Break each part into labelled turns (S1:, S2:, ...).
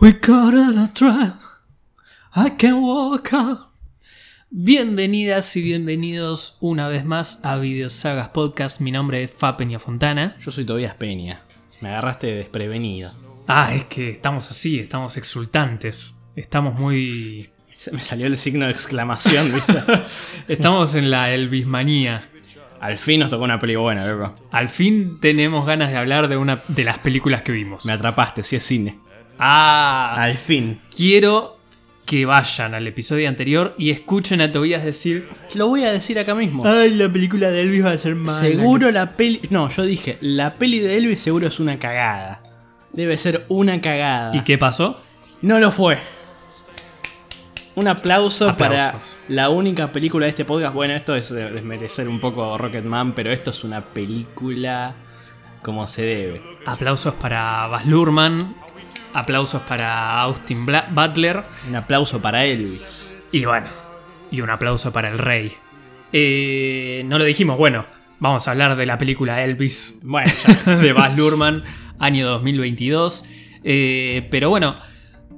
S1: We got a trap. I can walk out. Bienvenidas y bienvenidos una vez más a Videosagas Podcast. Mi nombre es Fa Peña Fontana.
S2: Yo soy Tobias Peña. Me agarraste desprevenido.
S1: Ah, es que estamos así, estamos exultantes. Estamos muy.
S2: Se Me salió el signo de exclamación, ¿viste?
S1: Estamos en la Elvismanía.
S2: Al fin nos tocó una peli buena, loco.
S1: Al fin tenemos ganas de hablar de una de las películas que vimos.
S2: Me atrapaste, sí es cine.
S1: Ah,
S2: Al fin.
S1: quiero que vayan al episodio anterior y escuchen a Tobias decir.
S2: Lo voy a decir acá mismo.
S1: Ay, la película de Elvis va a ser mala.
S2: Seguro la peli. No, yo dije, la peli de Elvis seguro es una cagada. Debe ser una cagada.
S1: ¿Y qué pasó?
S2: No lo fue. Un aplauso para
S1: Aplausos.
S2: la única película de este podcast. Bueno, esto es de- desmerecer un poco Rocketman, pero esto es una película como se debe.
S1: Aplausos para Baz Luhrmann, aplausos para Austin Bla- Butler
S2: Un aplauso para Elvis.
S1: y bueno, y un aplauso para el rey. Eh, no lo dijimos, bueno, vamos a hablar de la película Elvis
S2: Bueno, ya.
S1: de Baz Luhrmann, año 2022. Eh, pero bueno,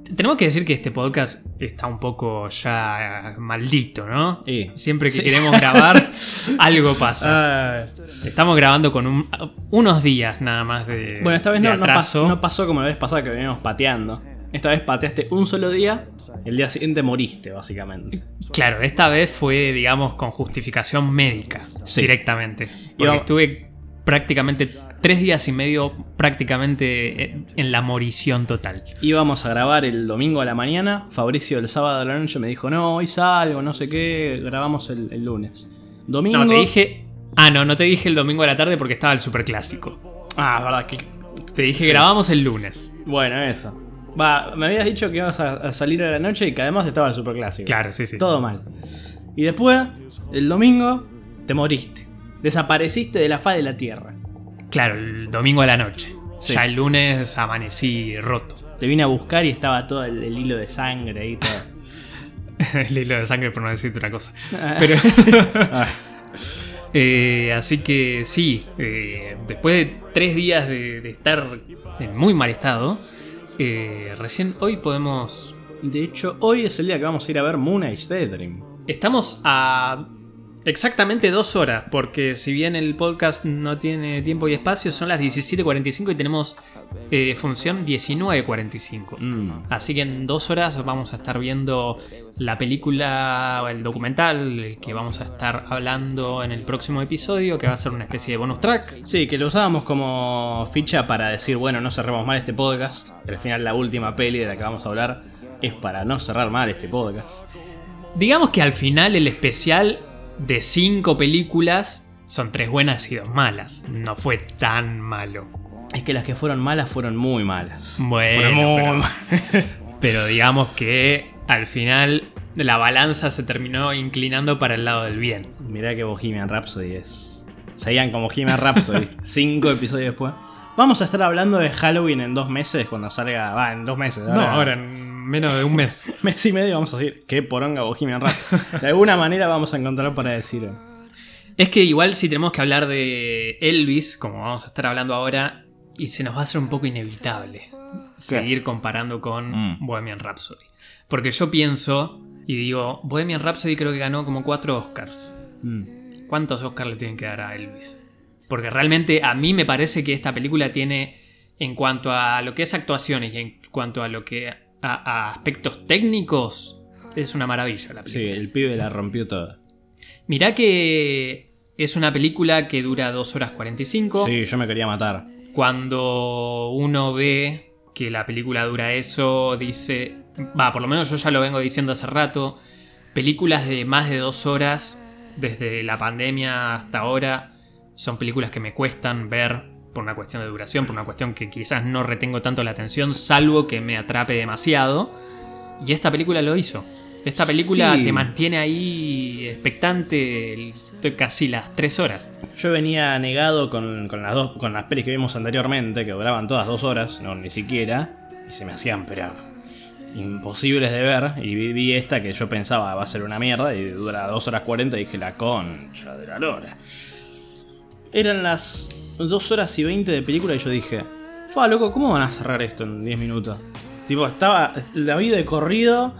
S1: t- tenemos que decir que este podcast está un poco ya maldito, ¿no?
S2: Sí.
S1: Siempre que queremos grabar, algo pasa.
S2: Ah.
S1: Estamos grabando con un- unos días nada más de
S2: bueno, esta vez
S1: de
S2: no, no pas-
S1: atraso.
S2: no pasó como la vez pasada que veníamos pateando. Esta vez pateaste un solo día, el día siguiente moriste, básicamente.
S1: Claro, esta vez fue, digamos, con justificación médica
S2: Sí.
S1: directamente. Porque
S2: vamos-
S1: estuve prácticamente tres días y medio prácticamente eh, en la morición total.
S2: Íbamos a grabar el domingo a la mañana. Fabricio el sábado a la noche me dijo, no, hoy salgo, no sé qué, grabamos el, el lunes. Domingo.
S1: No, te dije... Ah, no, no te dije el domingo a la tarde porque estaba el superclásico.
S2: Ah, es verdad que.
S1: Te dije
S2: Sí.
S1: grabamos el lunes.
S2: Bueno, eso. Va, me habías dicho que ibas a, a salir a la noche y que además estaba el superclásico.
S1: Claro, sí, sí.
S2: Todo mal. Y después, el domingo, te moriste. Desapareciste de la faz de la tierra.
S1: Claro, el domingo a la noche.
S2: Sí.
S1: Ya el lunes amanecí roto.
S2: Te vine a buscar y estaba todo el, el hilo de sangre ahí todo.
S1: el hilo de sangre, por no decirte otra cosa. Pero... Eh, así que sí, eh, después de tres días de, de estar en muy mal estado, eh, recién hoy podemos...
S2: De hecho, hoy es el día que vamos a ir a ver Moon Age Daydream.
S1: Estamos a exactamente dos horas, porque si bien el podcast no tiene tiempo y espacio, son las 17.45 y tenemos eh, función 19.45.
S2: Mm.
S1: Así que en dos horas vamos a estar viendo la película, o el documental, el que vamos a estar hablando en el próximo episodio, que va a ser una especie de bonus track.
S2: Sí, que lo usábamos como ficha para decir, bueno, no cerremos mal este podcast. Pero al final la última peli de la que vamos a hablar es para no cerrar mal este podcast.
S1: Digamos que al final el especial de cinco películas son tres buenas y dos malas. No fue tan malo.
S2: Es que las que fueron malas fueron muy malas.
S1: Bueno,
S2: Fueron muy
S1: pero-
S2: malas.
S1: pero, digamos que al final la balanza se terminó inclinando para el lado del bien.
S2: Mirá que Bohemian Rhapsody es. Seguían como Bohemian Rhapsody, cinco episodios después. Vamos a estar hablando de Halloween en dos meses cuando salga. Va, en dos meses.
S1: No, ahora en menos de un mes.
S2: Mes y medio vamos a decir, qué poronga Bohemian Rhapsody. De alguna manera vamos a encontrar para decir. eh,
S1: Es que igual si tenemos que hablar de Elvis, como vamos a estar hablando ahora, y se nos va a hacer un poco inevitable seguir comparando con
S2: Mm.
S1: Bohemian Rhapsody. Porque yo pienso y digo, Bohemian Rhapsody creo que ganó como cuatro Oscars.
S2: mm,
S1: ¿Cuántos Oscars le tienen que dar a Elvis? Porque realmente a mí me parece que esta película tiene, en cuanto a lo que es actuaciones y en cuanto a lo que a, a aspectos técnicos, es una maravilla la película.
S2: Sí, el pibe la rompió toda.
S1: Mirá que es una película que dura 2 horas 45.
S2: Sí, yo me quería matar.
S1: Cuando uno ve que la película dura eso, dice. Va, por lo menos yo ya lo vengo diciendo hace rato. Películas de más de dos horas, desde la pandemia hasta ahora, son películas que me cuestan ver por una cuestión de duración, por una cuestión que quizás no retengo tanto la atención, salvo que me atrape demasiado. Y esta película lo hizo. Esta película
S2: Sí.
S1: te mantiene ahí expectante el- casi las tres horas.
S2: Yo venía negado con, con las dos, con las pelis que vimos anteriormente, que duraban todas dos horas, no, ni siquiera, y se me hacían, pero imposibles de ver. Y vi, vi esta que yo pensaba va a ser una mierda, y dura dos horas 40, y dije la concha de la lora. Eran las dos horas y 20 de película, y yo dije, fa, loco, ¿cómo van a cerrar esto en 10 minutos? Tipo, estaba. La vi de corrido,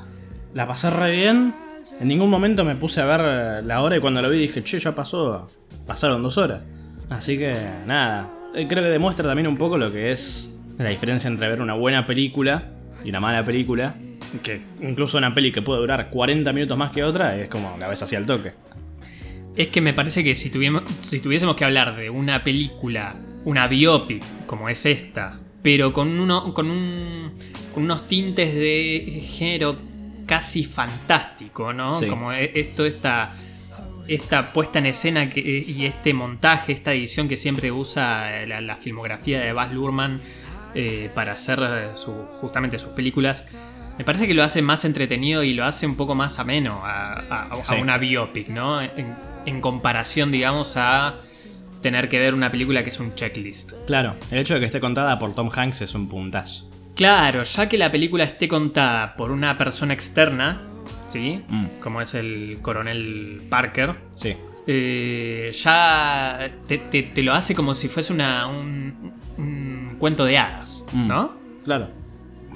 S2: la pasé re bien. En ningún momento me puse a ver la hora y cuando la vi dije, che, ya pasó. Pasaron dos horas. Así que, nada. Eh, Creo que demuestra también un poco lo que es la diferencia entre ver una buena película y una mala película. Que incluso una peli que puede durar 40 minutos más que otra es como la ves así al toque.
S1: Es que me parece que si, tuviemo- si tuviésemos que hablar de una película, una biopic, como es esta, pero con, uno, con, un, con unos tintes de género casi fantástico, ¿no?
S2: Sí.
S1: Como e- esto, esta, esta puesta en escena que- y este montaje, esta edición que siempre usa eh, la, la filmografía de Baz Luhrmann eh, para hacer eh, su- justamente sus películas. Me parece que lo hace más entretenido y lo hace un poco más ameno a, a- a
S2: Sí.
S1: una biopic, ¿no? En, en comparación, digamos, a tener que ver una película que es un checklist.
S2: Claro, el hecho de que esté contada por Tom Hanks es un puntazo.
S1: Claro, ya que la película esté contada por una persona externa, ¿sí?
S2: Mm.
S1: Como es el coronel Parker,
S2: Sí.
S1: eh, ya te, te- te lo hace como si fuese una, un, un cuento de hadas,
S2: Mm.
S1: ¿no?
S2: Claro.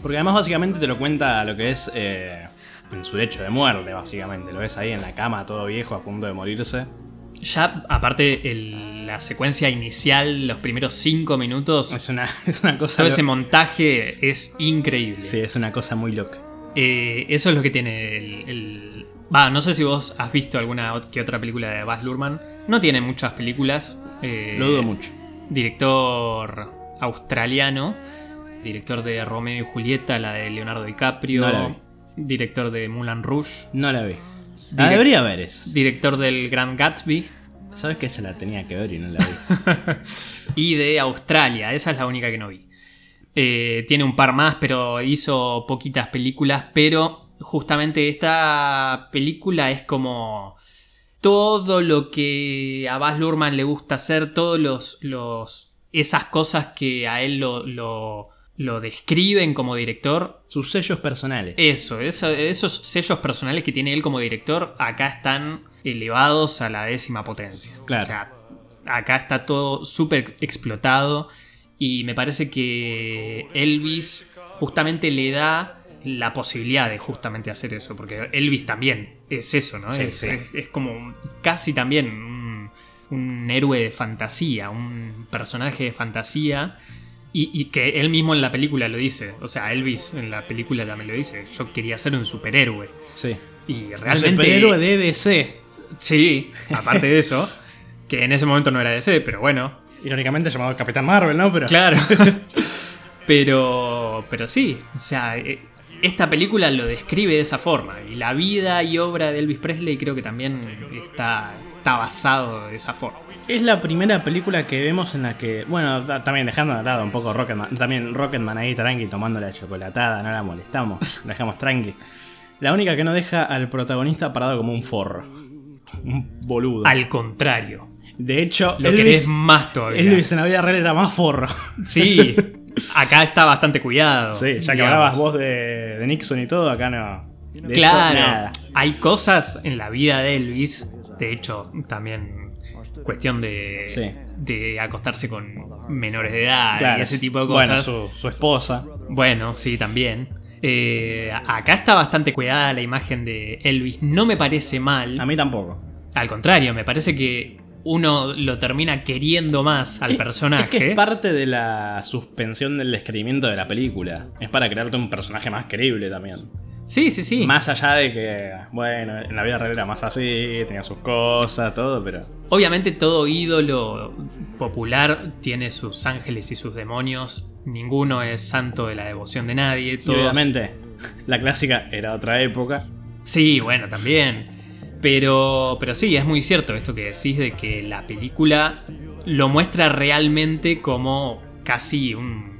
S2: Porque además básicamente te lo cuenta lo que es eh, en su lecho de muerte, básicamente. Lo ves ahí en la cama, todo viejo, a punto de morirse.
S1: Ya, aparte, el- la secuencia inicial, los primeros cinco minutos,
S2: Es una, es una cosa...
S1: todo ese
S2: lo-
S1: montaje es increíble.
S2: Sí, es una cosa muy loca.
S1: Eh, eso es lo que tiene el... el- Va, no sé si vos has visto alguna ot- que otra película de Baz Luhrmann. No tiene muchas películas. eh,
S2: Lo dudo mucho.
S1: Director australiano. Director de Romeo y Julieta, la de Leonardo DiCaprio.
S2: No la vi.
S1: Director de Moulin Rouge.
S2: No la vi. La
S1: Direct-
S2: debería ver es.
S1: Director del Grand Gatsby.
S2: ¿Sabes que se la tenía que ver y no la vi?
S1: y de Australia. Esa es la única que no vi. Eh, tiene un par más, pero hizo poquitas películas. Pero justamente esta película es como todo lo que a Baz Luhrmann le gusta hacer, todos los, los esas cosas que a él lo, lo- lo describen como director.
S2: Sus sellos personales.
S1: Eso, eso- esos sellos personales que tiene él como director, acá están elevados a la décima potencia.
S2: Claro.
S1: O sea, acá está todo súper explotado y me parece que Elvis justamente le da la posibilidad de justamente hacer eso, porque Elvis también es eso, ¿no?
S2: Sí,
S1: es,
S2: sí.
S1: es- es como un- casi también un, un héroe de fantasía, un personaje de fantasía. Y, y que él mismo en la película lo dice, o sea, Elvis en la película también lo dice, yo quería ser un superhéroe.
S2: Sí.
S1: Y
S2: Realmente...
S1: realmente...
S2: Superhéroe de DC.
S1: Sí, aparte de eso, que en ese momento no era DC, pero bueno,
S2: Irónicamente llamado Capitán Marvel, ¿no? Pero...
S1: Claro. pero, pero sí, o sea, eh, esta película lo describe de esa forma. Y la vida y obra de Elvis Presley creo que también está, está basado de esa forma.
S2: Es la primera película que vemos en la que, bueno, ta- también dejando de lado un poco Rocketman, también Rocketman ahí tranqui tomando la chocolatada, no la molestamos, la dejamos tranqui. La única que no deja al protagonista parado como un forro, un boludo.
S1: Al contrario,
S2: De hecho,
S1: lo querés
S2: Elvis,
S1: más todavía.
S2: Elvis en la vida real era más forro.
S1: Sí, acá está bastante cuidado.
S2: Sí, ya
S1: digamos.
S2: que hablabas vos de, de Nixon y todo, acá no. de eso,
S1: Claro,
S2: nada.
S1: hay cosas en la vida de Elvis, de hecho, también cuestión de,
S2: Sí.
S1: de acostarse con menores de edad
S2: Claro.
S1: y ese tipo de cosas.
S2: Bueno, su, su esposa.
S1: Bueno, sí, también. Eh, acá está bastante cuidada la imagen de Elvis. No me parece
S2: A
S1: mal.
S2: mí tampoco.
S1: Al contrario, me parece que uno lo termina queriendo más al
S2: Es que
S1: personaje.
S2: es parte de la suspensión del describimiento de la película. Es para crearte un personaje más creíble también.
S1: Sí, sí, sí.
S2: Más allá de que, bueno, en la vida real era más así, tenía sus cosas, todo, pero.
S1: Obviamente todo ídolo popular tiene sus ángeles y sus demonios. Ninguno es santo de la devoción de nadie.
S2: Y
S1: Todos...
S2: obviamente, la clásica era otra época.
S1: Sí, bueno, también. Pero, pero sí, es muy cierto esto que decís de que la película lo muestra realmente como casi un...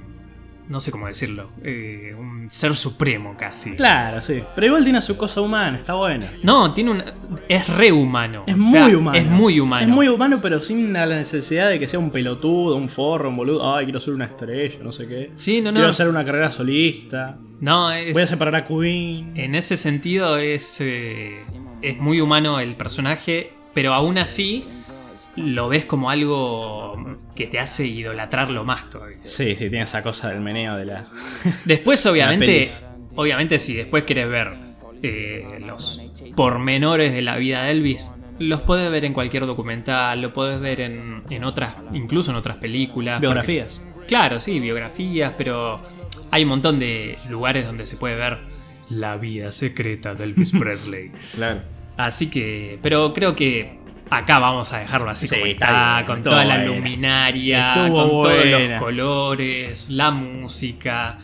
S1: No sé cómo decirlo. eh, un ser supremo casi.
S2: Claro, sí. Pero igual tiene su cosa humana, está bueno.
S1: No, tiene un... Es rehumano.
S2: Es
S1: O sea,
S2: muy humano.
S1: Es muy humano.
S2: Es muy humano, pero sin la necesidad de que sea un pelotudo, un forro, un boludo. Ay, quiero ser una estrella, no sé qué.
S1: Sí, no,
S2: Quiero
S1: no.
S2: hacer una carrera solista.
S1: No, es...
S2: Voy a separar a Queen.
S1: En ese sentido es, eh, es muy humano el personaje, pero aún así lo ves como algo que te hace idolatrarlo más todavía.
S2: Sí, sí, tiene esa cosa del meneo de la.
S1: Después, obviamente,
S2: pelis.
S1: obviamente si después quieres ver eh, los pormenores de la vida de Elvis, los podés ver en cualquier documental, lo podés ver en, en otras, incluso en otras películas.
S2: Biografías.
S1: porque- claro, sí, biografías, pero hay un montón de lugares donde se puede ver la vida secreta de Elvis Presley.
S2: Claro.
S1: Así que, pero creo que acá vamos a dejarlo así
S2: Sí,
S1: como
S2: está
S1: está,
S2: bien,
S1: con
S2: estuvo
S1: toda la
S2: buena.
S1: luminaria,
S2: Estuvo
S1: con todos
S2: buena.
S1: los colores, la música.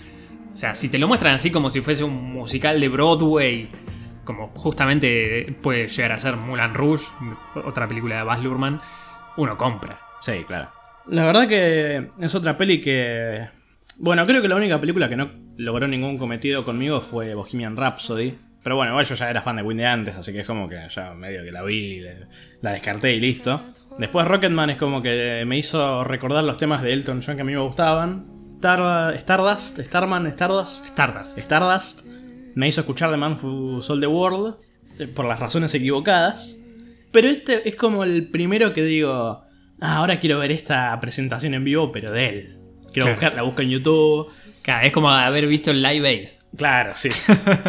S1: O sea, si te lo muestran así como si fuese un musical de Broadway, como justamente puede llegar a ser Mulan Rouge, otra película de Baz Luhrmann, uno compra.
S2: Sí, claro. La verdad que es otra peli que. Bueno, creo que la única película que no logró ningún cometido conmigo fue Bohemian Rhapsody. Pero bueno, igual yo ya era fan de Queen de antes, así que es como que ya medio que la vi, la descarté y listo. Después Rocketman es como que me hizo recordar los temas de Elton John que a mí me gustaban. Star- Stardust, Starman, Stardust.
S1: Stardust.
S2: Stardust me hizo escuchar The Man Who Sold the World eh, por las razones equivocadas. Pero este es como el primero que digo, "Ah, ahora quiero ver esta presentación en vivo, pero de él. Quiero
S1: Claro.
S2: buscar, la busco en YouTube.
S1: Claro, es como haber visto el Live Aid.
S2: Claro, sí.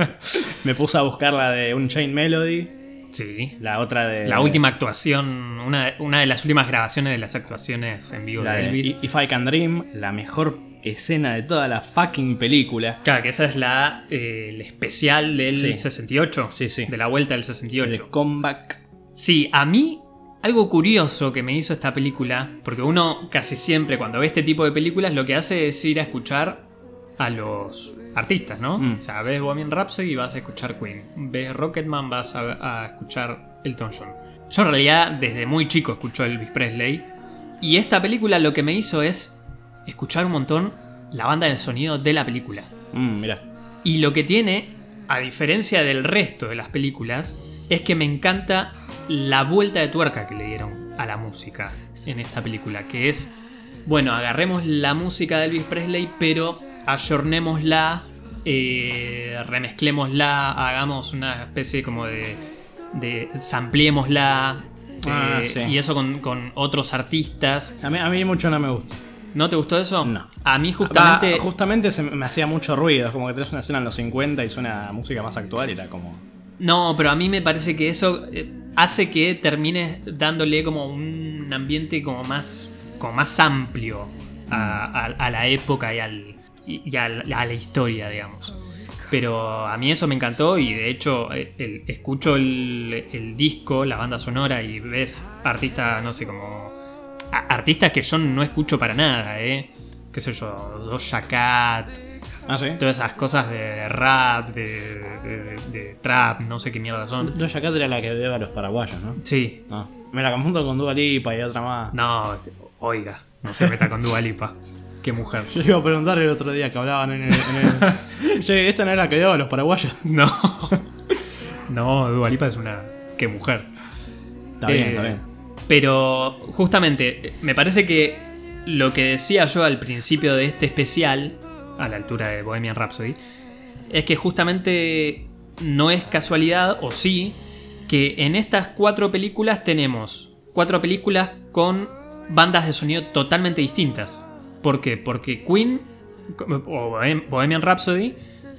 S2: me puse a buscar la de Unchained Melody,
S1: Sí.
S2: la otra de...
S1: La última actuación, una, una de las últimas grabaciones de las actuaciones en vivo
S2: la
S1: de
S2: de
S1: Elvis.
S2: I- If I Can Dream, la mejor escena de toda la fucking película.
S1: Claro, que esa es la eh, el especial del
S2: Sí.
S1: 68.
S2: Sí, sí.
S1: De la vuelta del
S2: El
S1: 68.
S2: comeback.
S1: Sí, a mí algo curioso que me hizo esta película, porque uno casi siempre cuando ve este tipo de películas lo que hace es ir a escuchar a los artistas, ¿no?
S2: Mm.
S1: O sea, ves Bohemian Rhapsody y vas a escuchar Queen. Ves Rocketman, vas a, a escuchar Elton John. Yo en realidad desde muy chico escucho Elvis Presley. Y esta película lo que me hizo es escuchar un montón la banda del sonido de la película.
S2: Mm, mira.
S1: Y lo que tiene, a diferencia del resto de las películas, es que me encanta la vuelta de tuerca que le dieron a la música en esta película, que es, bueno, agarremos la música de Elvis Presley, pero ayornémosla, eh, remezclémosla, hagamos una especie como de... de sampleémosla.
S2: Ah,
S1: eh,
S2: sí.
S1: Y eso con, con otros artistas.
S2: A mí, a mí mucho no me gusta.
S1: ¿No te gustó eso?
S2: No.
S1: A mí justamente...
S2: Va, Ah, justamente se me me hacía mucho ruido, es como que tenés una escena en los 50 y suena a música más actual y era como...
S1: No, pero a mí me parece que eso eh, hace que termines dándole como un ambiente como más, como más amplio a, a- a la época y, al, y- y al- a la historia, digamos. Pero a mí eso me encantó y de hecho eh, el- escucho el, el disco, la banda sonora y ves artistas, no sé, como a- artistas que yo no escucho para nada, ¿eh? Qué sé yo, Doja Cat,
S2: Ah, sí.
S1: todas esas cosas de rap, de, de- de trap, no sé qué mierda son.
S2: Doja Cat era la que deba a los paraguayos, ¿no?
S1: Sí,
S2: Ah. Me la confundo con Dua Lipa y otra más.
S1: no, oiga, no se meta con Dua Lipa. Qué mujer.
S2: Yo iba a preguntar el otro día que hablaban en el... en el- Che, esta no era la que deba a los paraguayos.
S1: No, no, Dua Lipa es una. Qué mujer.
S2: Está
S1: Eh,
S2: bien, está bien.
S1: Pero justamente, me parece que lo que decía yo al principio de este especial, a la altura de Bohemian Rhapsody, es que justamente no es casualidad, o sí, que en estas cuatro películas tenemos cuatro películas con bandas de sonido totalmente distintas. ¿Por qué? Porque Queen o Bohem- Bohemian Rhapsody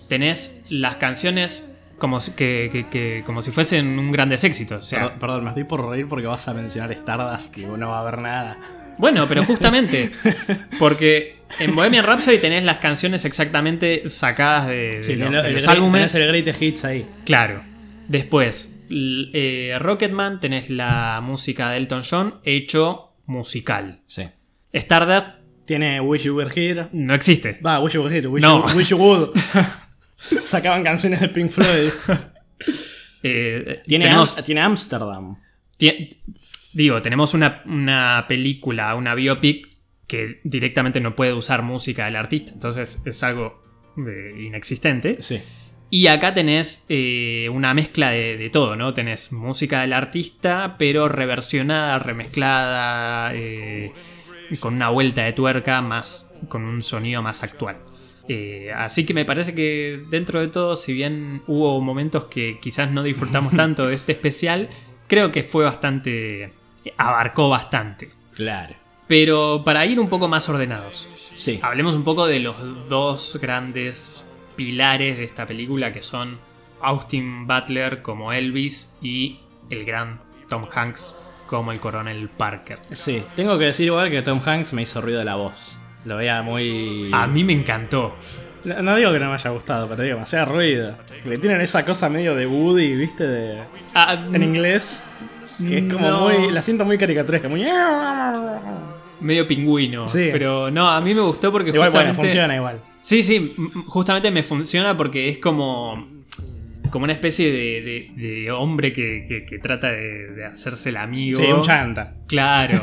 S1: tenés las canciones como si, que- que- que- como si fuesen un grandes éxitos. O sea,
S2: Perdón, perdón, me estoy por reír porque vas a mencionar Stardust y vos no va a ver nada.
S1: Bueno, pero justamente, porque en Bohemian Rhapsody tenés las canciones exactamente sacadas de, de
S2: Sí,
S1: lo-
S2: el,
S1: de
S2: el-
S1: los
S2: el-
S1: álbumes.
S2: tenés el Greatest Hits ahí.
S1: Claro. Después, l- eh, Rocketman tenés la música de Elton John hecho musical.
S2: Sí.
S1: Stardust
S2: Tiene Wish You Were Here.
S1: no existe.
S2: Va, Wish You Were Here. Wish,
S1: No.
S2: you, wish you Would. Sacaban canciones de Pink Floyd.
S1: Eh,
S2: Tiene,
S1: tenemos-
S2: Am- tiene Amsterdam.
S1: tie- digo, tenemos una, una película, una biopic que directamente no puede usar música del artista. Entonces es algo eh, inexistente.
S2: Sí.
S1: Y acá tenés eh, una mezcla de, de todo, ¿no? Tenés música del artista, pero reversionada, remezclada, eh, con una vuelta de tuerca, más con un sonido más actual. Eh, así que me parece que dentro de todo, si bien hubo momentos que quizás no disfrutamos tanto de este especial, creo que fue bastante abarcó bastante.
S2: Claro.
S1: Pero para ir un poco más ordenados,
S2: Sí.
S1: hablemos un poco de los dos grandes pilares de esta película que son Austin Butler como Elvis y el gran Tom Hanks como el coronel Parker.
S2: Sí. Tengo que decir igual que Tom Hanks me hizo ruido de la voz. Lo veía muy.
S1: A mí me encantó.
S2: No, no digo que no me haya gustado, pero digo, me hacía ruido. Le tienen esa cosa medio de Woody, ¿viste? De...
S1: Ah,
S2: En inglés. Que es como
S1: No.
S2: muy. La siento muy caricaturesca, muy.
S1: medio pingüino.
S2: Sí.
S1: Pero no, a mí me gustó porque
S2: Igual, bueno,
S1: justamente-
S2: funciona igual.
S1: Sí, sí, m- m- justamente me funciona porque es como. Como una especie de, de- de hombre que, que- que trata de, de hacerse el amigo.
S2: Sí, un chanta.
S1: Claro.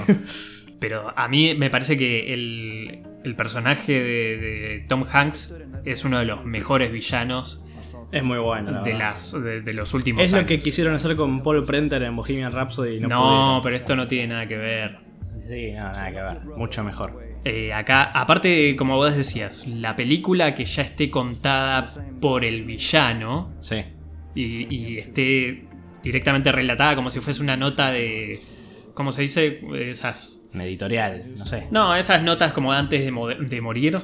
S1: Pero a mí me parece que el, el personaje de, de Tom Hanks es uno de los mejores villanos
S2: Es muy bueno. la
S1: de,
S2: verdad.
S1: las, de, de los últimos
S2: Es
S1: años.
S2: lo que quisieron hacer con Paul Prenter en Bohemian Rhapsody y no,
S1: No, pero esto no tiene nada que ver.
S2: pudieron. Sí, no, nada que ver. Mucho mejor.
S1: Eh, acá, aparte, como vos decías, la película que ya esté contada por el villano
S2: Sí.
S1: y, y esté directamente relatada como si fuese una nota de. ¿Cómo se dice? Esas.
S2: Un editorial, no sé.
S1: No, esas notas como antes de, mo- de morir.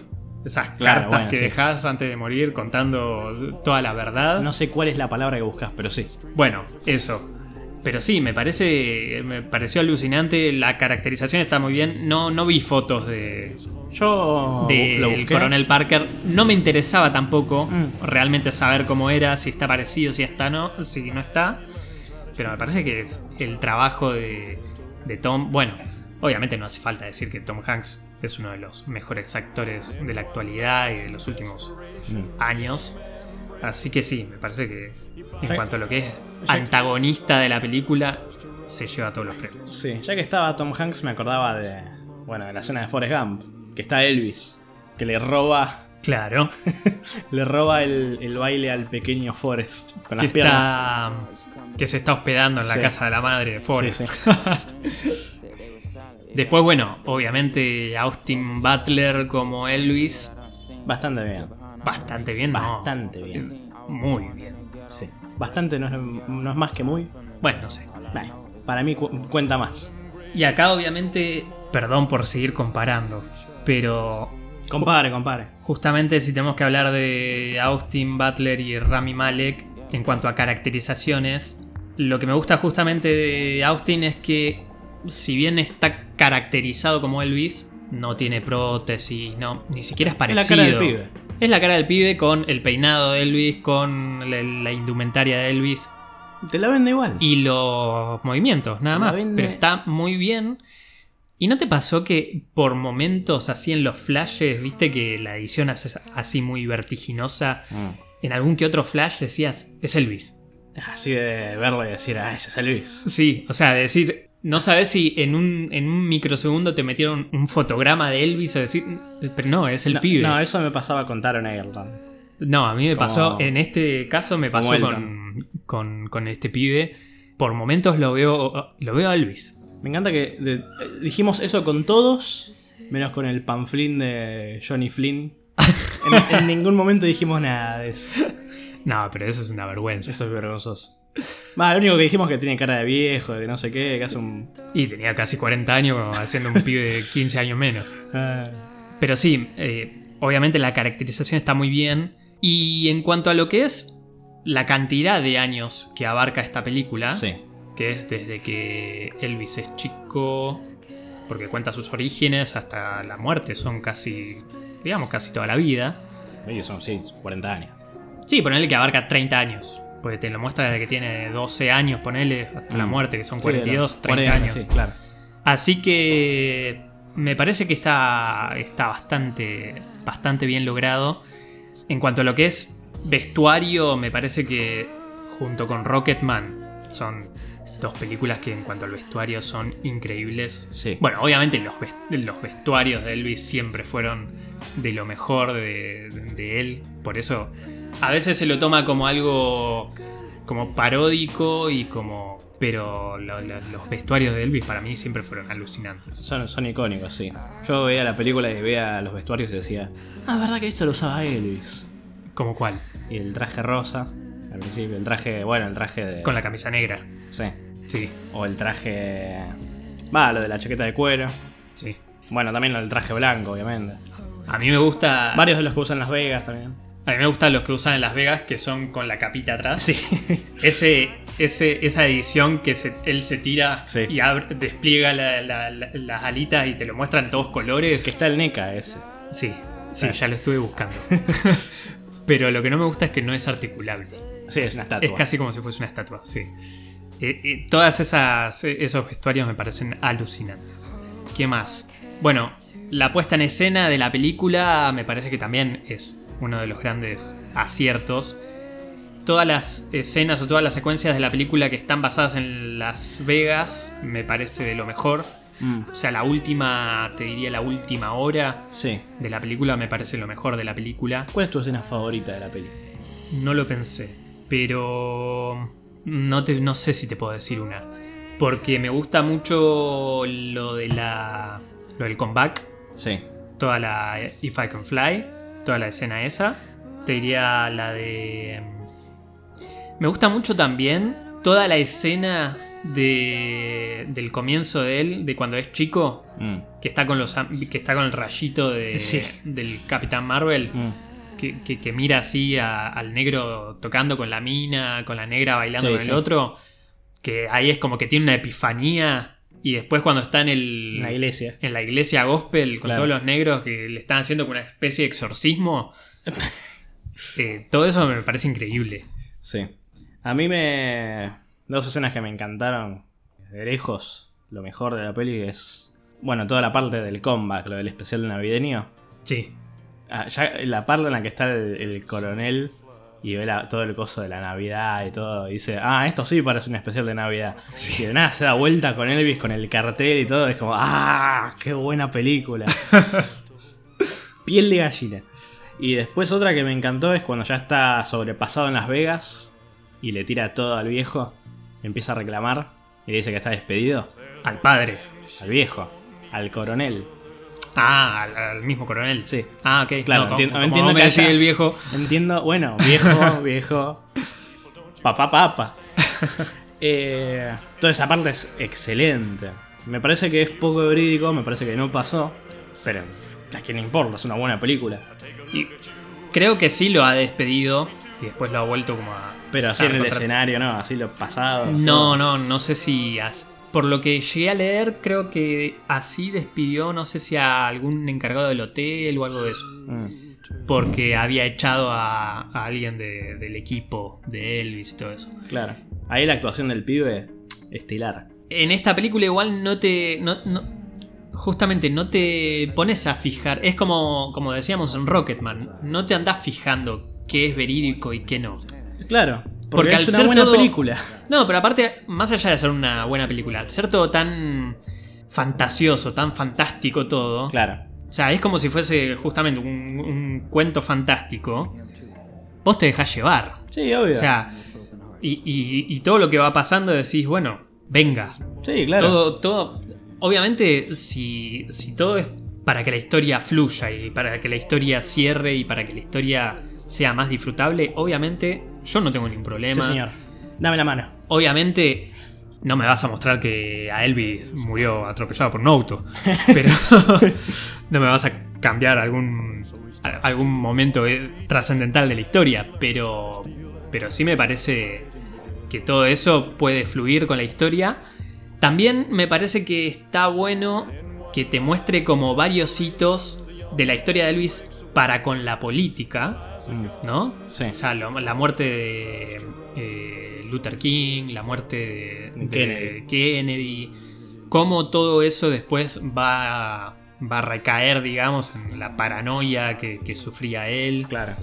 S1: Esas
S2: Claro,
S1: cartas
S2: bueno,
S1: que
S2: sí.
S1: dejás antes de morir contando toda la verdad.
S2: No sé cuál es la palabra que buscas, pero sí.
S1: Bueno, eso. Pero sí, me parece. Me pareció alucinante. La caracterización está muy bien. No, no vi fotos de,
S2: Yo bu- lo
S1: del
S2: busqué.
S1: coronel Parker. No me interesaba tampoco
S2: Mm.
S1: realmente saber cómo era, si está parecido, si está no, si no está. Pero me parece que es el trabajo de, de Tom. Bueno, obviamente no hace falta decir que Tom Hanks es uno de los mejores actores de la actualidad y de los últimos
S2: Mm.
S1: años. Así que sí, me parece que en
S2: Sí.
S1: cuanto a lo que es
S2: Sí.
S1: antagonista de la película, se lleva todos los premios.
S2: Sí, ya que estaba Tom Hanks me acordaba de, bueno, de la escena de Forrest Gump, que está Elvis, que le roba,
S1: Claro,
S2: le roba el, el baile al pequeño Forrest con
S1: que
S2: las piernas.
S1: está que se está hospedando en la
S2: Sí.
S1: casa de la madre de Forrest.
S2: Sí,
S1: Después, bueno, obviamente Austin Butler como Elvis,
S2: Bastante bien,
S1: bastante bien, ¿no?
S2: bastante bien.
S1: Muy bien.
S2: Sí, bastante no es, no es más que muy.
S1: Bueno, no sé.
S2: Bah, para mí cu- cuenta más.
S1: Y acá, obviamente, perdón por seguir comparando, pero
S2: Compare, compare.
S1: justamente si tenemos que hablar de Austin Butler y Rami Malek en cuanto a caracterizaciones, lo que me gusta justamente de Austin es que, si bien está caracterizado como Elvis, no tiene prótesis, no, ni siquiera es
S2: Es la
S1: parecido.
S2: cara del pibe.
S1: Es la cara del pibe con el peinado de Elvis, con la, la indumentaria de Elvis
S2: Te la vende igual.
S1: y los movimientos, nada
S2: La
S1: más.
S2: vende-
S1: Pero está muy bien. ¿Y no te pasó que por momentos así en los flashes, viste que la edición hace así muy vertiginosa,
S2: Mm.
S1: en algún que otro flash decías, es Elvis?
S2: Así de verlo y decir, ah, ese es Elvis.
S1: Sí, o sea, decir, no sabes si en un, en un microsegundo te metieron un fotograma de Elvis o decir, "Eh, pero no, es el
S2: no,
S1: pibe.
S2: No, eso me pasaba con Taron Egerton.
S1: No, a mí me
S2: Como-
S1: pasó, en este caso me pasó
S2: como
S1: con, con, con este pibe. Por momentos lo veo, lo veo a Elvis.
S2: Me encanta que de- eh, dijimos eso con todos, menos con el panflín de Johnny Flynn. en, en ningún momento dijimos nada de eso.
S1: No, pero eso es una vergüenza.
S2: Eso es vergonzoso. Va, lo único que dijimos que tiene cara de viejo, de no sé qué, que hace un.
S1: Y tenía casi 40 años como haciendo un pibe de 15 años menos.
S2: ah,
S1: Pero sí, eh, obviamente la caracterización está muy bien. Y en cuanto a lo que es la cantidad de años que abarca esta película,
S2: Sí.
S1: que es desde que Elvis es chico, porque cuenta sus orígenes hasta la muerte, son casi, digamos, casi toda la vida.
S2: Ellos son, sí, 40 años.
S1: Sí, ponele que abarca 30 años. Porque te lo muestra desde que tiene 12 años, ponele, hasta la
S2: Mm.
S1: muerte, que son
S2: Sí,
S1: 42,
S2: de los
S1: 30
S2: 40,
S1: años.
S2: Sí, claro.
S1: Así que me parece que está, está bastante, bastante bien logrado. En cuanto a lo que es vestuario, me parece que junto con Rocketman son dos películas que en cuanto al vestuario son increíbles.
S2: Sí.
S1: Bueno, obviamente los, ves- los vestuarios de Elvis siempre fueron de lo mejor de, de él. Por eso a veces se lo toma como algo como paródico y como... Pero lo- lo- los vestuarios de Elvis para mí siempre fueron alucinantes.
S2: Son, son icónicos, sí. Yo veía la película y veía los vestuarios y decía, ah, es verdad que esto lo usaba Elvis.
S1: ¿Como cuál?
S2: Y el traje rosa, al principio, el traje, bueno, el traje de...
S1: Con la camisa negra.
S2: Sí.
S1: Sí.
S2: O el traje Va, lo de la chaqueta de cuero.
S1: Sí.
S2: Bueno, también lo del traje blanco, obviamente.
S1: A mí me gusta.
S2: Varios de los que usan Las Vegas también.
S1: A mí me gustan los que usan en Las Vegas, que son con la capita atrás.
S2: Sí.
S1: Ese, ese, esa edición que se- él se tira
S2: Sí.
S1: y abre- despliega la- la- la- las alitas y te lo muestran en todos colores.
S2: que está el NECA ese.
S1: Sí, sí,
S2: Ah.
S1: ya lo estuve buscando. Pero lo que no me gusta es que no es articulable.
S2: Sí, es una estatua.
S1: Es casi como si fuese una estatua, sí. Eh, eh, todas esas eh, esos vestuarios me parecen alucinantes. ¿Qué más? Bueno, la puesta en escena de la película me parece que también es uno de los grandes aciertos. Todas las escenas o todas las secuencias de la película que están basadas en Las Vegas me parece de lo mejor.
S2: Mm,
S1: O sea, la última, te diría la última hora
S2: sí.
S1: de la película me parece lo mejor de la película.
S2: ¿Cuál es tu escena favorita de la película?
S1: No lo pensé, pero no, te, no sé si te puedo decir una. Porque me gusta mucho lo de la. lo del comeback.
S2: Sí.
S1: Toda la If I Can Fly. Toda la escena esa. Te diría la de. mm, Me gusta mucho también toda la escena de, del comienzo de él, de cuando es chico,
S2: Mm,
S1: que está con los am- que está con el rayito de-
S2: Sí.
S1: del Capitán Marvel
S2: mm.
S1: que, que- que mira así a- al negro tocando con la mina, con la negra bailando
S2: Sí,
S1: con
S2: sí.
S1: el otro, que ahí es como que tiene una epifanía y después cuando está en el
S2: La iglesia.
S1: en la iglesia gospel con
S2: Claro.
S1: todos los negros que le están haciendo como una especie de exorcismo, eh, todo eso me parece increíble.
S2: Sí. A mí me. Dos escenas que me encantaron. De lejos, lo mejor de la peli es. Bueno, toda la parte del comeback, lo del especial navideño.
S1: Sí,
S2: Ah, ya la parte en la que está el, el coronel y ve la- todo el coso de la Navidad y todo, y dice, ah, esto sí parece un especial de Navidad. Y de nada se da vuelta con Elvis, con el cartel y todo, es como, ah, qué buena película. Piel de gallina. Y después otra que me encantó es cuando ya está sobrepasado en Las Vegas y le tira todo al viejo, empieza a reclamar y le dice que está despedido.
S1: al padre.
S2: Al viejo, al coronel.
S1: Ah, al, al mismo coronel.
S2: Sí.
S1: Ah, ok.
S2: Claro,
S1: No, como-
S2: entiendo,
S1: como
S2: entiendo
S1: vos me
S2: que
S1: decís
S2: hayas-
S1: el viejo.
S2: Entiendo, bueno, viejo, viejo. Papá, papá. Eh, toda esa parte es excelente. Me parece que es poco verídico, me parece que no pasó. Pero a quién le importa, es una buena película.
S1: Y creo que sí lo ha despedido y después lo ha vuelto como a.
S2: Pero así
S1: a
S2: en el
S1: recontratar.
S2: escenario, ¿no? Así los pasados.
S1: No, no, no sé si. as- Por lo que llegué a leer, creo que así despidió, no sé si a algún encargado del hotel o algo de eso.
S2: Mm,
S1: Porque había echado a, a alguien de- del equipo de Elvis y todo eso.
S2: claro. Ahí la actuación del pibe, estilar.
S1: En esta película, igual no te. No, no- justamente no te pones a fijar. Es como, como decíamos en Rocketman: no te andás fijando qué es verídico y qué no.
S2: Claro, porque,
S1: Porque al
S2: es una
S1: ser
S2: buena
S1: todo-
S2: película.
S1: No, pero aparte, más allá de ser una buena película, al ser todo tan fantasioso, tan fantástico todo.
S2: Claro.
S1: O sea, es como si fuese justamente un, un cuento fantástico. Vos te dejás llevar.
S2: Sí, obvio.
S1: O sea, y, y- y todo lo que va pasando decís, bueno, venga.
S2: sí, claro.
S1: Todo, todo. Obviamente, si, si todo es para que la historia fluya y para que la historia cierre y para que la historia sea más disfrutable, obviamente yo no tengo ningún
S2: Sí,
S1: problema.
S2: señor. Dame la mano.
S1: Obviamente, no me vas a mostrar que a Elvis murió atropellado por un auto, pero no me vas a cambiar algún, a- algún momento eh, trascendental de la historia, pero, pero sí me parece que todo eso puede fluir con la historia. También me parece que está bueno que te muestre como varios hitos de la historia de Elvis para con la política,
S2: Mm,
S1: ¿no?
S2: sí.
S1: O sea, lo- la muerte de eh, Luther King, la muerte de, de
S2: Kennedy.
S1: Kennedy, cómo todo eso después va, va a recaer, digamos, en la paranoia que, que sufría él.
S2: Claro.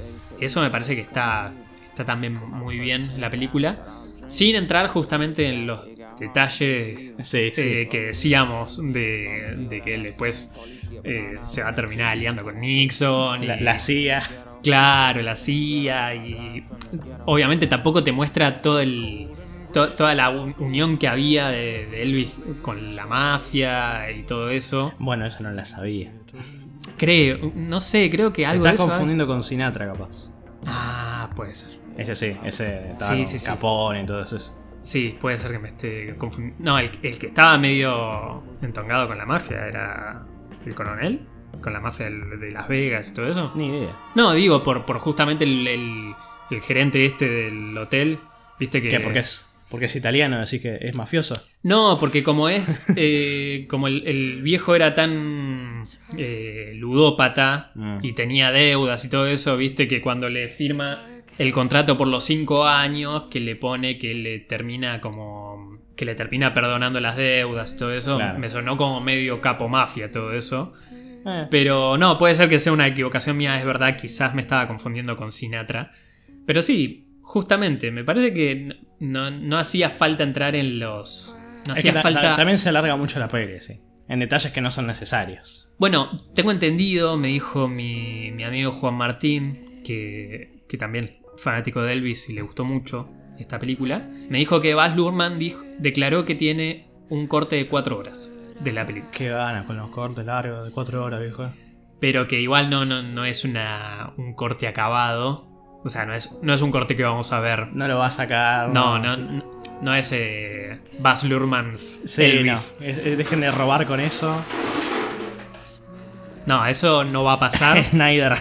S1: Eso me parece que está, está también muy bien en la película. Sin entrar justamente en los detalles
S2: Sí, sí.
S1: eh, que decíamos de, de que él después eh, se va a terminar aliando con Nixon. y-
S2: La, la CIA.
S1: Claro, la CIA y obviamente tampoco te muestra todo el to- toda la un- unión que había de, de Elvis con la mafia y todo eso.
S2: Bueno, eso no la sabía.
S1: Creo, no sé, creo que algo
S2: Te
S1: de
S2: estás
S1: eso- ¿eh?
S2: confundiendo con Sinatra, capaz.
S1: Ah, puede ser.
S2: Ese sí, ese estaba
S1: Sí,
S2: con
S1: sí, sí.
S2: Capone y todo eso.
S1: Sí, puede ser que me esté confundiendo. No, el, el que estaba medio entongado con la mafia era el coronel, con la mafia del- de Las Vegas y todo eso.
S2: Ni idea.
S1: No, digo, por, por justamente el, el- el gerente este del hotel, viste que...
S2: ¿Qué? ¿Por qué es? Porque es italiano, así que es mafioso.
S1: No, porque como es, eh, como el, el viejo era tan eh, ludópata
S2: Mm.
S1: y tenía deudas y todo eso, viste que cuando le firma el contrato por los cinco años, que le pone que le termina como que le termina perdonando las deudas y todo eso,
S2: Claro.
S1: me sonó como medio capo mafia todo eso.
S2: Eh,
S1: Pero no, puede ser que sea una equivocación mía, es verdad, quizás me estaba confundiendo con Sinatra. Pero sí, justamente, me parece que no, no hacía falta entrar en los... No
S2: es
S1: hacía
S2: que ta-
S1: falta...
S2: ta- también se alarga mucho la peli, sí. En detalles que no son necesarios.
S1: Bueno, tengo entendido, me dijo mi, mi amigo Juan Martín, que, que también fanático de Elvis y le gustó mucho esta película, me dijo que Baz Luhrmann dijo- declaró que tiene un corte de cuatro horas de la película.
S2: Qué ganas con los cortes largos de cuatro horas, viejo.
S1: pero que igual no, no, no es una, un corte acabado. O sea, no es, no es un corte que vamos a ver.
S2: No lo va a sacar.
S1: No, no, no, no es eh, Baz Luhrmann's
S2: Sí,
S1: Elvis.
S2: no. Es- es- dejen de robar con eso.
S1: No. eso no va a pasar.
S2: Snyder.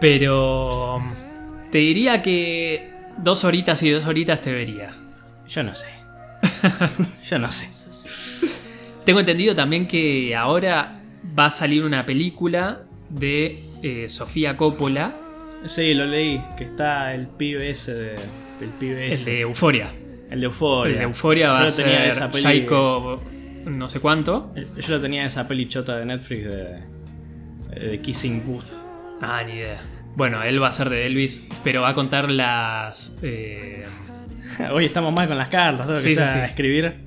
S1: pero mm, te diría que dos horitas y dos horitas te vería.
S2: Yo no sé. Yo no sé.
S1: Tengo entendido también que ahora va a salir una película de eh, Sofía Coppola,
S2: Sí, lo leí. Que está el pibe ese de. El pibe
S1: el
S2: ese.
S1: de Euforia.
S2: El de Euphoria.
S1: El de Euforia
S2: Yo
S1: va
S2: lo
S1: a
S2: tenía
S1: ser
S2: esa peli-
S1: Jaiko no sé cuánto.
S2: Yo lo tenía esa peli chota de Netflix de. de Kissing Booth.
S1: Ah, ni idea. Bueno, él va a ser de Elvis, pero va a contar las. eh,
S2: Hoy estamos mal con las cartas, todo lo
S1: Sí,
S2: que
S1: sí,
S2: sea
S1: sí.
S2: escribir.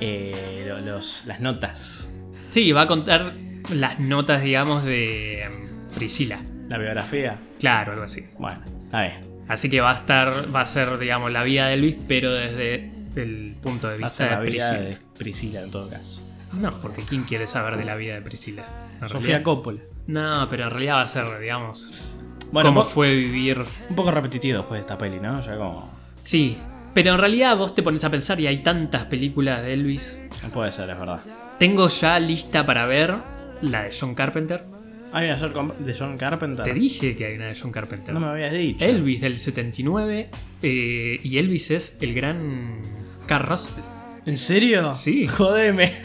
S2: Eh, lo- los, las notas.
S1: Sí, va a contar las notas, digamos, de em, Priscila.
S2: La biografía.
S1: Claro, algo así.
S2: Bueno, a ver.
S1: Así que va a estar. Va a ser, digamos, la vida de Elvis, pero desde el punto de
S2: Va a
S1: vista
S2: ser la
S1: de
S2: vida
S1: Priscila.
S2: de Priscila en todo caso.
S1: No, porque ¿quién quiere saber de la vida de Priscila? En
S2: Sofía
S1: realidad-
S2: Coppola.
S1: No, pero en realidad va a ser, digamos,
S2: Bueno,
S1: cómo
S2: po-
S1: fue vivir
S2: un poco repetitivo después de esta peli, ¿no? Ya como.
S1: Sí, pero en realidad vos te pones a pensar y hay tantas películas de Elvis.
S2: Puede ser, es verdad.
S1: Tengo ya lista para ver la de John Carpenter.
S2: Hay una John Com- de John Carpenter.
S1: Te dije que hay una de John Carpenter.
S2: No me habías dicho.
S1: Elvis del 79 eh, y Elvis es el gran Carl Russell.
S2: ¿En serio?
S1: Sí.
S2: Jodeme.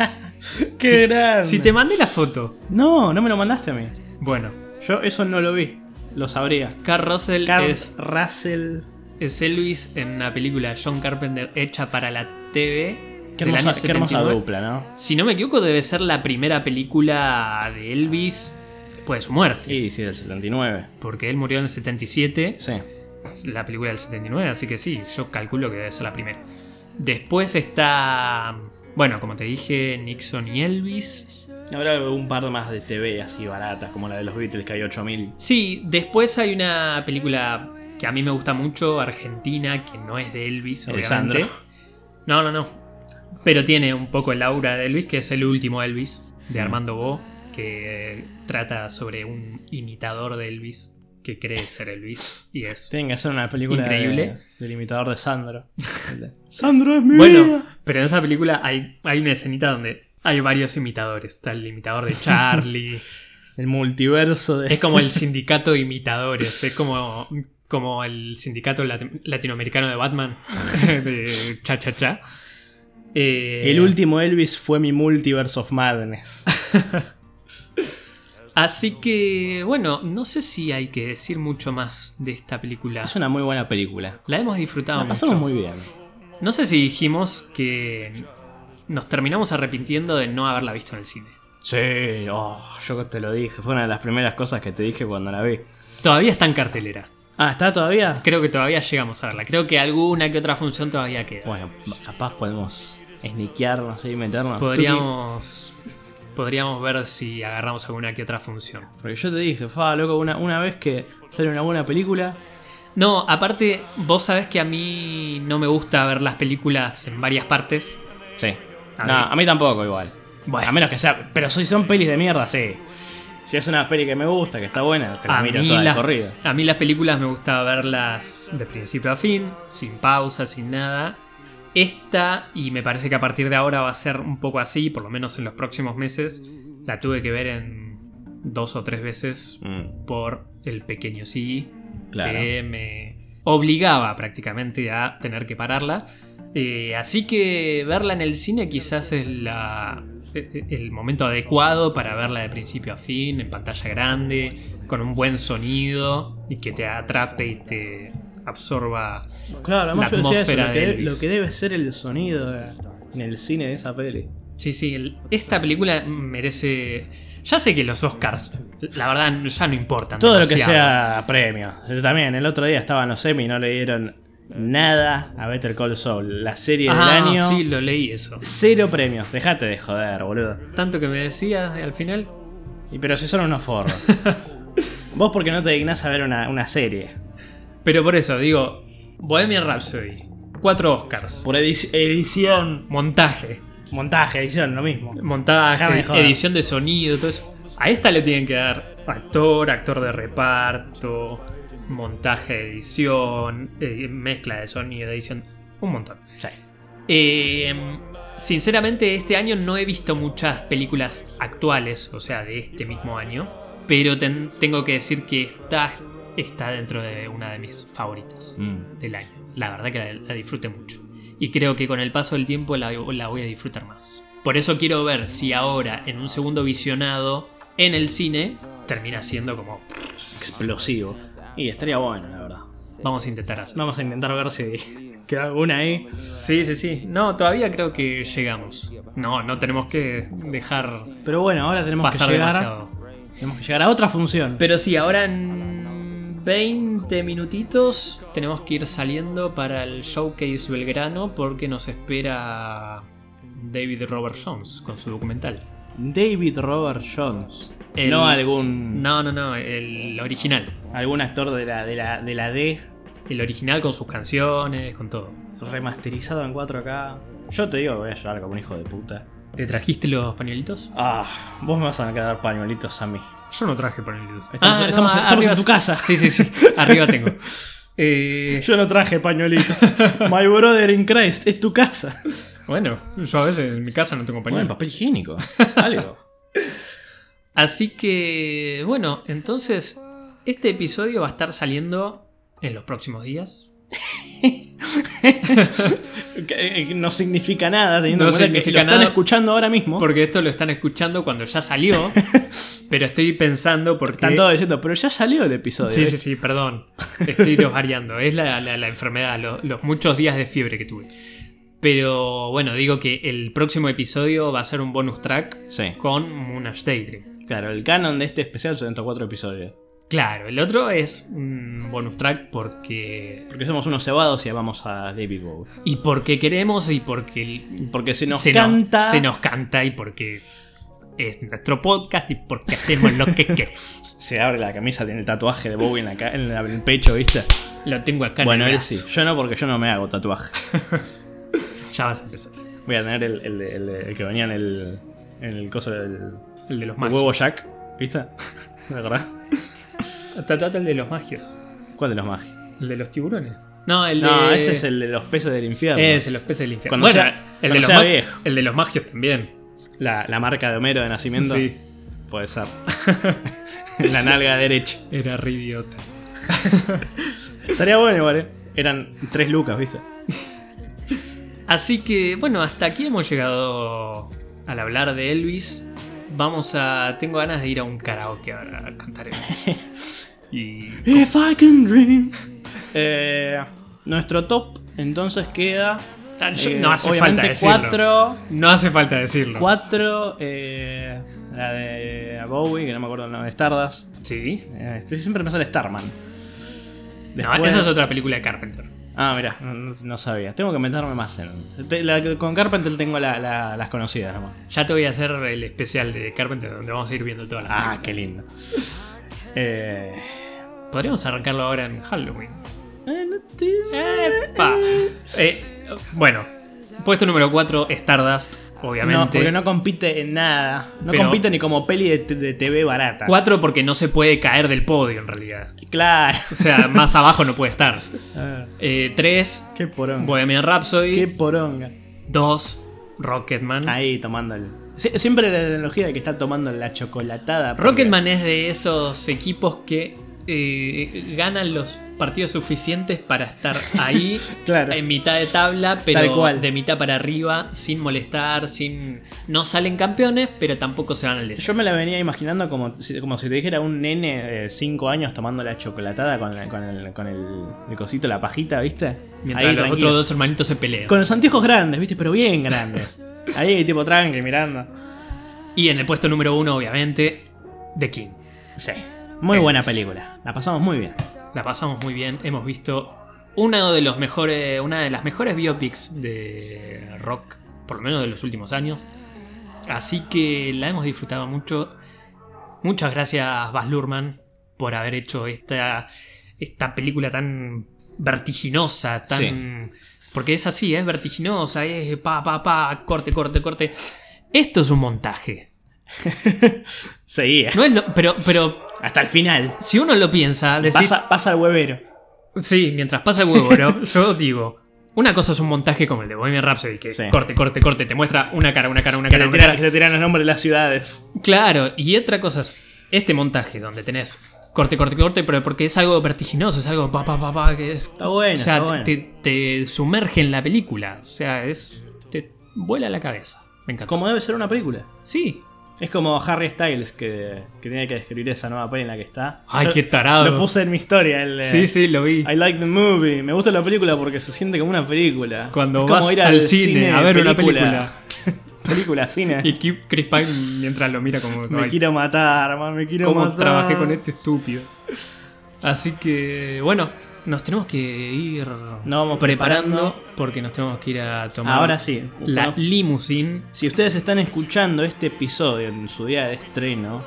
S2: Qué
S1: Si-
S2: grande.
S1: Si te mandé la foto.
S2: No, no me lo mandaste a mí.
S1: Bueno,
S2: Yo eso no lo vi. Lo sabría.
S1: Carl Russell
S2: Carl
S1: es,
S2: Russell.
S1: es Elvis en una película de John Carpenter hecha para la TV.
S2: Qué
S1: del
S2: hermosa,
S1: año
S2: qué hermosa
S1: 79.
S2: dupla, ¿no?
S1: Si no me equivoco, debe ser la primera película de Elvis después de su muerte.
S2: Y sí, del 79.
S1: Porque él murió en el 77,
S2: Sí.
S1: la película del 79, así que sí, yo calculo que debe ser la primera. Después está, bueno, como te dije, Nixon y Elvis.
S2: Habrá un par más de TV así baratas, como la de los Beatles, que hay 8000.
S1: Sí, después hay una película que a mí me gusta mucho, argentina, que no es de Elvis,
S2: El
S1: obviamente.
S2: Sandro.
S1: No, no, no. Pero tiene un poco el aura de Elvis, que es el último Elvis, de
S2: Mm.
S1: Armando Bo, que eh, trata sobre un imitador de Elvis que cree ser Elvis y es
S2: Tienen que hacer una película
S1: Increíble.
S2: de- del imitador de Sandro. ¡Sandro es mi
S1: Bueno,
S2: vida!
S1: pero en esa película hay, hay una escenita donde hay varios imitadores. Está el imitador de Charlie.
S2: El multiverso de...
S1: es como el sindicato de imitadores. Es como, como el sindicato lati- latinoamericano de Batman. de Cha Cha Cha. Eh,
S2: El último Elvis fue mi multiverse of madness.
S1: Así que, bueno, no sé si hay que decir mucho más de esta película.
S2: Es una muy buena película.
S1: La hemos disfrutado
S2: La
S1: mucho.
S2: pasamos muy bien.
S1: No sé si dijimos que nos terminamos arrepintiendo de no haberla visto en el cine.
S2: Sí, oh, yo te lo dije. Fue una de las primeras cosas que te dije cuando la vi.
S1: Todavía está en cartelera.
S2: Ah, ¿está todavía?
S1: Creo que todavía llegamos a verla. Creo que alguna que otra función todavía queda.
S2: Bueno, capaz podemos sniquearnos y meternos.
S1: podríamos. Podríamos ver si agarramos alguna que otra función.
S2: Porque yo te dije, fa, loco, una, una vez que sale una buena película,
S1: No, aparte, vos sabés que a mí no me gusta ver las películas en varias partes.
S2: Sí.
S1: A
S2: A,
S1: mí-
S2: a mí Pues. tampoco igual.
S1: Bueno.
S2: A menos que sea. Pero si son pelis de mierda, sí. Si es una peli que me gusta, que está buena, te la
S1: A
S2: miro
S1: mí
S2: toda de
S1: las-
S2: corrido.
S1: A mí las películas me gusta verlas de principio a fin, sin pausa, sin nada. Esta, y me parece que a partir de ahora va a ser un poco así, por lo menos en los próximos meses, la tuve que ver en dos o tres veces
S2: Mm,
S1: por el pequeño sí
S2: claro.
S1: que me obligaba prácticamente a tener que pararla. Eh, así que verla en el cine quizás es la, e- e- el momento adecuado para verla de principio a fin, en pantalla grande, con un buen sonido y que te atrape y te absorba.
S2: Claro, además
S1: la
S2: yo decía eso,
S1: atmósfera
S2: lo que,
S1: de
S2: de-
S1: Elvis.
S2: lo que debe ser el sonido eh, en el cine de esa peli.
S1: Sí, sí, el- esta película merece... Ya sé que los Oscars, la verdad, ya no importan.
S2: Todo lo que
S1: demasiado.
S2: sea premio. Yo también, el otro día estaban los semi y no le dieron nada a Better Call Saul. La serie
S1: Ah,
S2: del año,
S1: sí, lo leí eso.
S2: cero premios. Dejate de joder, boludo.
S1: Tanto que me decías al final,
S2: Y pero si son unos forros. Vos porque no te dignás a ver una, una serie.
S1: Pero por eso, digo, Bohemian Rhapsody, cuatro Oscars,
S2: Por edición.
S1: montaje,
S2: Montaje, edición, lo mismo. Déjame de
S1: montaje,
S2: joder.
S1: edición de sonido, todo eso. A esta le tienen que dar actor, actor de reparto, montaje, edición, eh, mezcla de sonido, edición, un montón.
S2: Sí.
S1: Eh, sinceramente, este año no he visto muchas películas actuales, o sea, de este mismo año, pero ten- tengo que decir que esta está dentro de una de mis favoritas. del año. La verdad que la, la disfruté mucho. Y creo que con el paso del tiempo la, la voy a disfrutar más. Por eso quiero ver si ahora, en un segundo visionado, en el cine, termina siendo como...
S2: Explosivo. Y estaría bueno, la verdad.
S1: Vamos a intentar hacerlo.
S2: Vamos a intentar ver si queda alguna ahí.
S1: Sí, sí, sí. No, todavía creo que llegamos. No, no tenemos que dejar
S2: Pero bueno, ahora tenemos
S1: pasar
S2: que llegar.
S1: demasiado.
S2: Tenemos que llegar a otra función.
S1: Pero sí, ahora en 20 minutitos tenemos que ir saliendo para el Showcase Belgrano porque nos espera David Robert Jones con su documental.
S2: David Robert Jones.
S1: El-
S2: No algún.
S1: No, no, no, el original.
S2: Algún actor de la, de la, de la D
S1: El original con sus canciones, con todo.
S2: remasterizado en 4K. Yo te digo que voy a llorar como un hijo de puta.
S1: ¿Te trajiste los pañuelitos?
S2: Ah, vos me vas a quedar pañuelitos a mí.
S1: Yo no traje pañuelitos.
S2: Estamos- estamos-
S1: a-
S2: estamos en
S1: Ah, arriba-
S2: tu casa.
S1: Sí, sí, sí. Arriba tengo. Eh,
S2: Yo no traje pañuelitos. My brother in Christ, es tu casa.
S1: bueno, yo a veces en mi casa no tengo pañuelos.
S2: papel higiénico. Algo.
S1: Así que, bueno, entonces este episodio va a estar saliendo en los próximos días.
S2: Que, eh, no significa nada teniendo
S1: No
S2: en cuenta que
S1: significa
S2: lo están
S1: nada.
S2: escuchando ahora mismo.
S1: Porque esto lo están escuchando cuando ya salió. pero estoy pensando porque...
S2: Están todos diciendo, pero ya salió el episodio.
S1: Sí, sí, sí, perdón. Estoy desvariando. Es la, la- la enfermedad, lo- los muchos días de fiebre que tuve. Pero bueno, digo que el próximo episodio va a ser un bonus track
S2: Sí.
S1: con Moonage Daydream.
S2: Claro, el canon de este especial son estos cuatro episodios.
S1: Claro, el otro es un bonus track porque.
S2: Porque somos unos cebados y amamos a David Bowie.
S1: Y porque queremos y porque.
S2: Porque se nos
S1: se
S2: canta.
S1: se nos canta y porque. Es nuestro podcast y porque hacemos lo que queremos.
S2: Se abre la camisa, tiene el tatuaje de Bowie en, la ca- en la- en el pecho, ¿viste?
S1: Lo tengo acá
S2: bueno,
S1: en el
S2: él
S1: brazo.
S2: sí. Yo no, porque yo no me hago tatuaje.
S1: Ya vas a empezar.
S2: Voy a tener el, el- el- el que venía en el, en el coso del
S1: El de los
S2: el
S1: magios.
S2: huevo Jack, ¿viste? ¿Te acordás?
S1: Tatuate el de los magios.
S2: ¿Cuál de los magios?
S1: El de los tiburones. No, el
S2: No,
S1: de.
S2: ese es el de los peces del infierno.
S1: Es el los peces del infierno.
S2: Cuando
S1: Bueno,
S2: sea-
S1: el,
S2: cuando
S1: de los
S2: sea
S1: mag-
S2: viejo.
S1: el de los magios también.
S2: La, la marca de Homero de nacimiento.
S1: Sí,
S2: Puede ser. en la nalga derecha.
S1: era re idiota.
S2: Estaría bueno igual, ¿eh? Eran tres lucas, ¿viste?
S1: Así que, bueno, hasta aquí hemos llegado al hablar de Elvis. Vamos a. Tengo ganas de ir a un karaoke ahora a cantar Elvis. Y.
S2: If I can dream. Eh, nuestro top entonces queda.
S1: Ah, yo-
S2: eh,
S1: no hace falta
S2: obviamente
S1: decirlo.
S2: Cuatro.
S1: No hace falta decirlo.
S2: Cuatro. eh, la de Bowie, que no me acuerdo el nombre de Stardust.
S1: Sí.
S2: Eh, estoy siempre pensando en Starman.
S1: No,
S2: Después-
S1: esa es otra película de Carpenter.
S2: Ah, mira, no, no sabía. Tengo que meterme más en. te- la- con Carpenter tengo la- la- las conocidas nomás.
S1: Ya te voy a hacer el especial de Carpenter donde vamos a ir viendo todas las
S2: Ah, qué
S1: películas.
S2: lindo. Eh,
S1: Podríamos arrancarlo ahora en Halloween.
S2: eh, no te-
S1: Epa. Eh, bueno, puesto número 4, Stardust. obviamente.
S2: No, porque no compite en nada. No
S1: Pero-
S2: compite ni como peli de, de TV barata.
S1: Cuatro porque no se puede caer del podio en realidad.
S2: Claro.
S1: O sea, más abajo no puede estar.
S2: Ah,
S1: Eh, tres,
S2: qué poronga.
S1: Bohemian Rhapsody.
S2: Qué poronga.
S1: Dos, Rocketman.
S2: Ahí tomando el... Sie- Siempre la analogía de que está tomando la chocolatada. porque-
S1: Rocketman es de esos equipos que eh, ganan los partidos suficientes para estar ahí
S2: Claro.
S1: en mitad de tabla,
S2: Tal
S1: pero
S2: cual.
S1: de mitad para arriba, sin molestar, sin. No salen campeones, pero tampoco se van al descenso.
S2: Yo me la venía imaginando como si, como si te dijera un nene de 5 años tomando la chocolatada con, la- con, el, con el, el cosito, la pajita, ¿viste?
S1: Mientras
S2: Ahí,
S1: los
S2: tranquilo.
S1: otros dos hermanitos se pelean.
S2: Con los anteojos grandes, ¿viste? Pero bien grandes. Ahí, tipo tranqui, mirando.
S1: Y en el puesto número uno, obviamente, The King.
S2: Sí. Muy
S1: Es-
S2: buena película. La pasamos muy bien.
S1: La pasamos muy bien. Hemos visto una de los mejores. Una de las mejores biopics de rock, por lo menos de los últimos años. Así que la hemos disfrutado mucho. Muchas gracias, Baz Luhrmann, por haber hecho esta, esta película tan vertiginosa, tan. Porque es así, es vertiginosa, es pa, pa, pa, corte, corte, corte. Esto es un montaje.
S2: Seguía.
S1: No es lo- pero, pero
S2: Hasta el final.
S1: si uno lo piensa, decís.
S2: Pasa, pasa el huevero.
S1: Sí, mientras pasa el huevo, ¿no? yo digo. Una cosa es un montaje como el de Bohemian Rhapsody, que
S2: Sí.
S1: corte, corte, corte, te muestra una cara, una cara, una
S2: Que
S1: cara,
S2: te,
S1: una
S2: tiran,
S1: cara.
S2: que te tiran los nombres de las ciudades.
S1: Claro, y otra cosa es este montaje donde tenés corte, corte, corte, pero porque es algo vertiginoso, es algo pa, pa, pa, pa, que es.
S2: Está bueno.
S1: o sea,
S2: está bueno.
S1: te, te sumerge en la película. O sea, es. te vuela la cabeza. Me encantó.
S2: Como debe ser una película.
S1: Sí.
S2: Es como Harry Styles que, que tiene que describir esa nueva peli en la que está.
S1: Ay,
S2: Yo
S1: qué tarado.
S2: Lo puse en mi historia. El, eh,
S1: Sí, sí, lo vi.
S2: I like the movie. Me gusta la película porque se siente como una película.
S1: Cuando
S2: Es como
S1: vas al cine a ver una
S2: película, cine.
S1: Y Keith- Chris Pine mientras lo mira como.
S2: me
S1: ay,
S2: quiero matar, man, me quiero
S1: cómo
S2: matar.
S1: trabajé con este estúpido. Así que, bueno, nos tenemos que ir
S2: Nos vamos
S1: preparando
S2: preparando.
S1: porque nos tenemos que ir a tomar
S2: Ahora sí.
S1: la
S2: conozco-
S1: limusine.
S2: Si ustedes están escuchando este episodio en su día de estreno,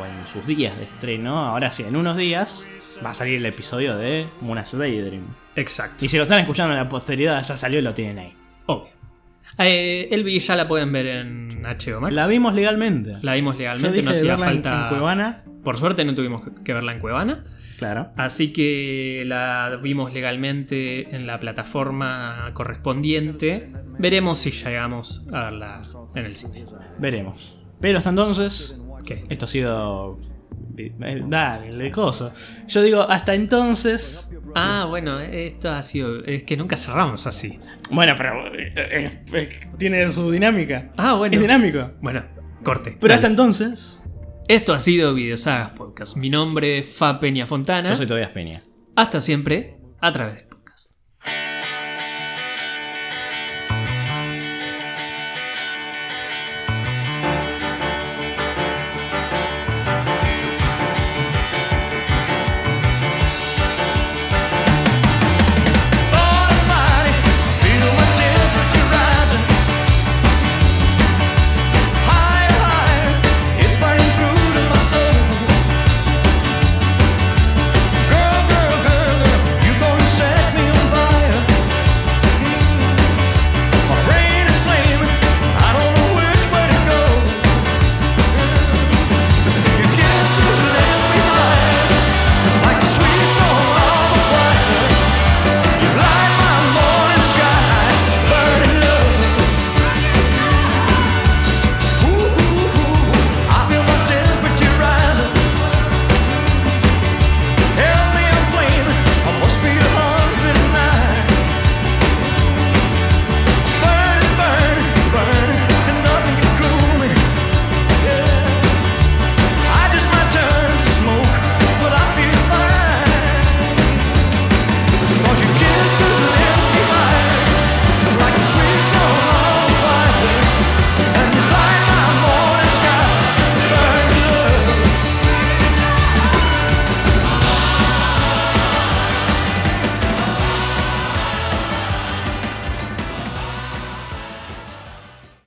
S2: o en sus días de estreno, ahora sí, en unos días, va a salir el episodio de Munas Daydream.
S1: Exacto.
S2: Y si lo están escuchando en la posteridad, ya salió y lo tienen ahí.
S1: Obvio. Eh, Elvi ya la pueden ver en HBO Max.
S2: La vimos legalmente.
S1: La vimos
S2: Yo
S1: legalmente,
S2: dije
S1: no
S2: de
S1: hacía
S2: verla en-
S1: falta.
S2: en Cuevana.
S1: Por suerte no tuvimos que verla en Cuevana.
S2: Claro.
S1: Así que la vimos legalmente en la plataforma correspondiente. Veremos si llegamos a verla en el cine.
S2: Veremos. Pero hasta entonces,
S1: Ok.
S2: esto ha sido. eh, Dale, el coso. Yo digo, hasta entonces.
S1: Ah, bueno, esto ha sido. Es que nunca cerramos así.
S2: Bueno, pero. eh, eh, eh, tiene su dinámica.
S1: Ah,
S2: Es
S1: bueno.
S2: dinámico.
S1: Bueno, corte.
S2: Pero
S1: Dale.
S2: hasta entonces.
S1: Esto ha sido Videosagas Podcast. Mi nombre es Fa Peña Fontana.
S2: Tobias Peña.
S1: Hasta siempre, a través de podcast.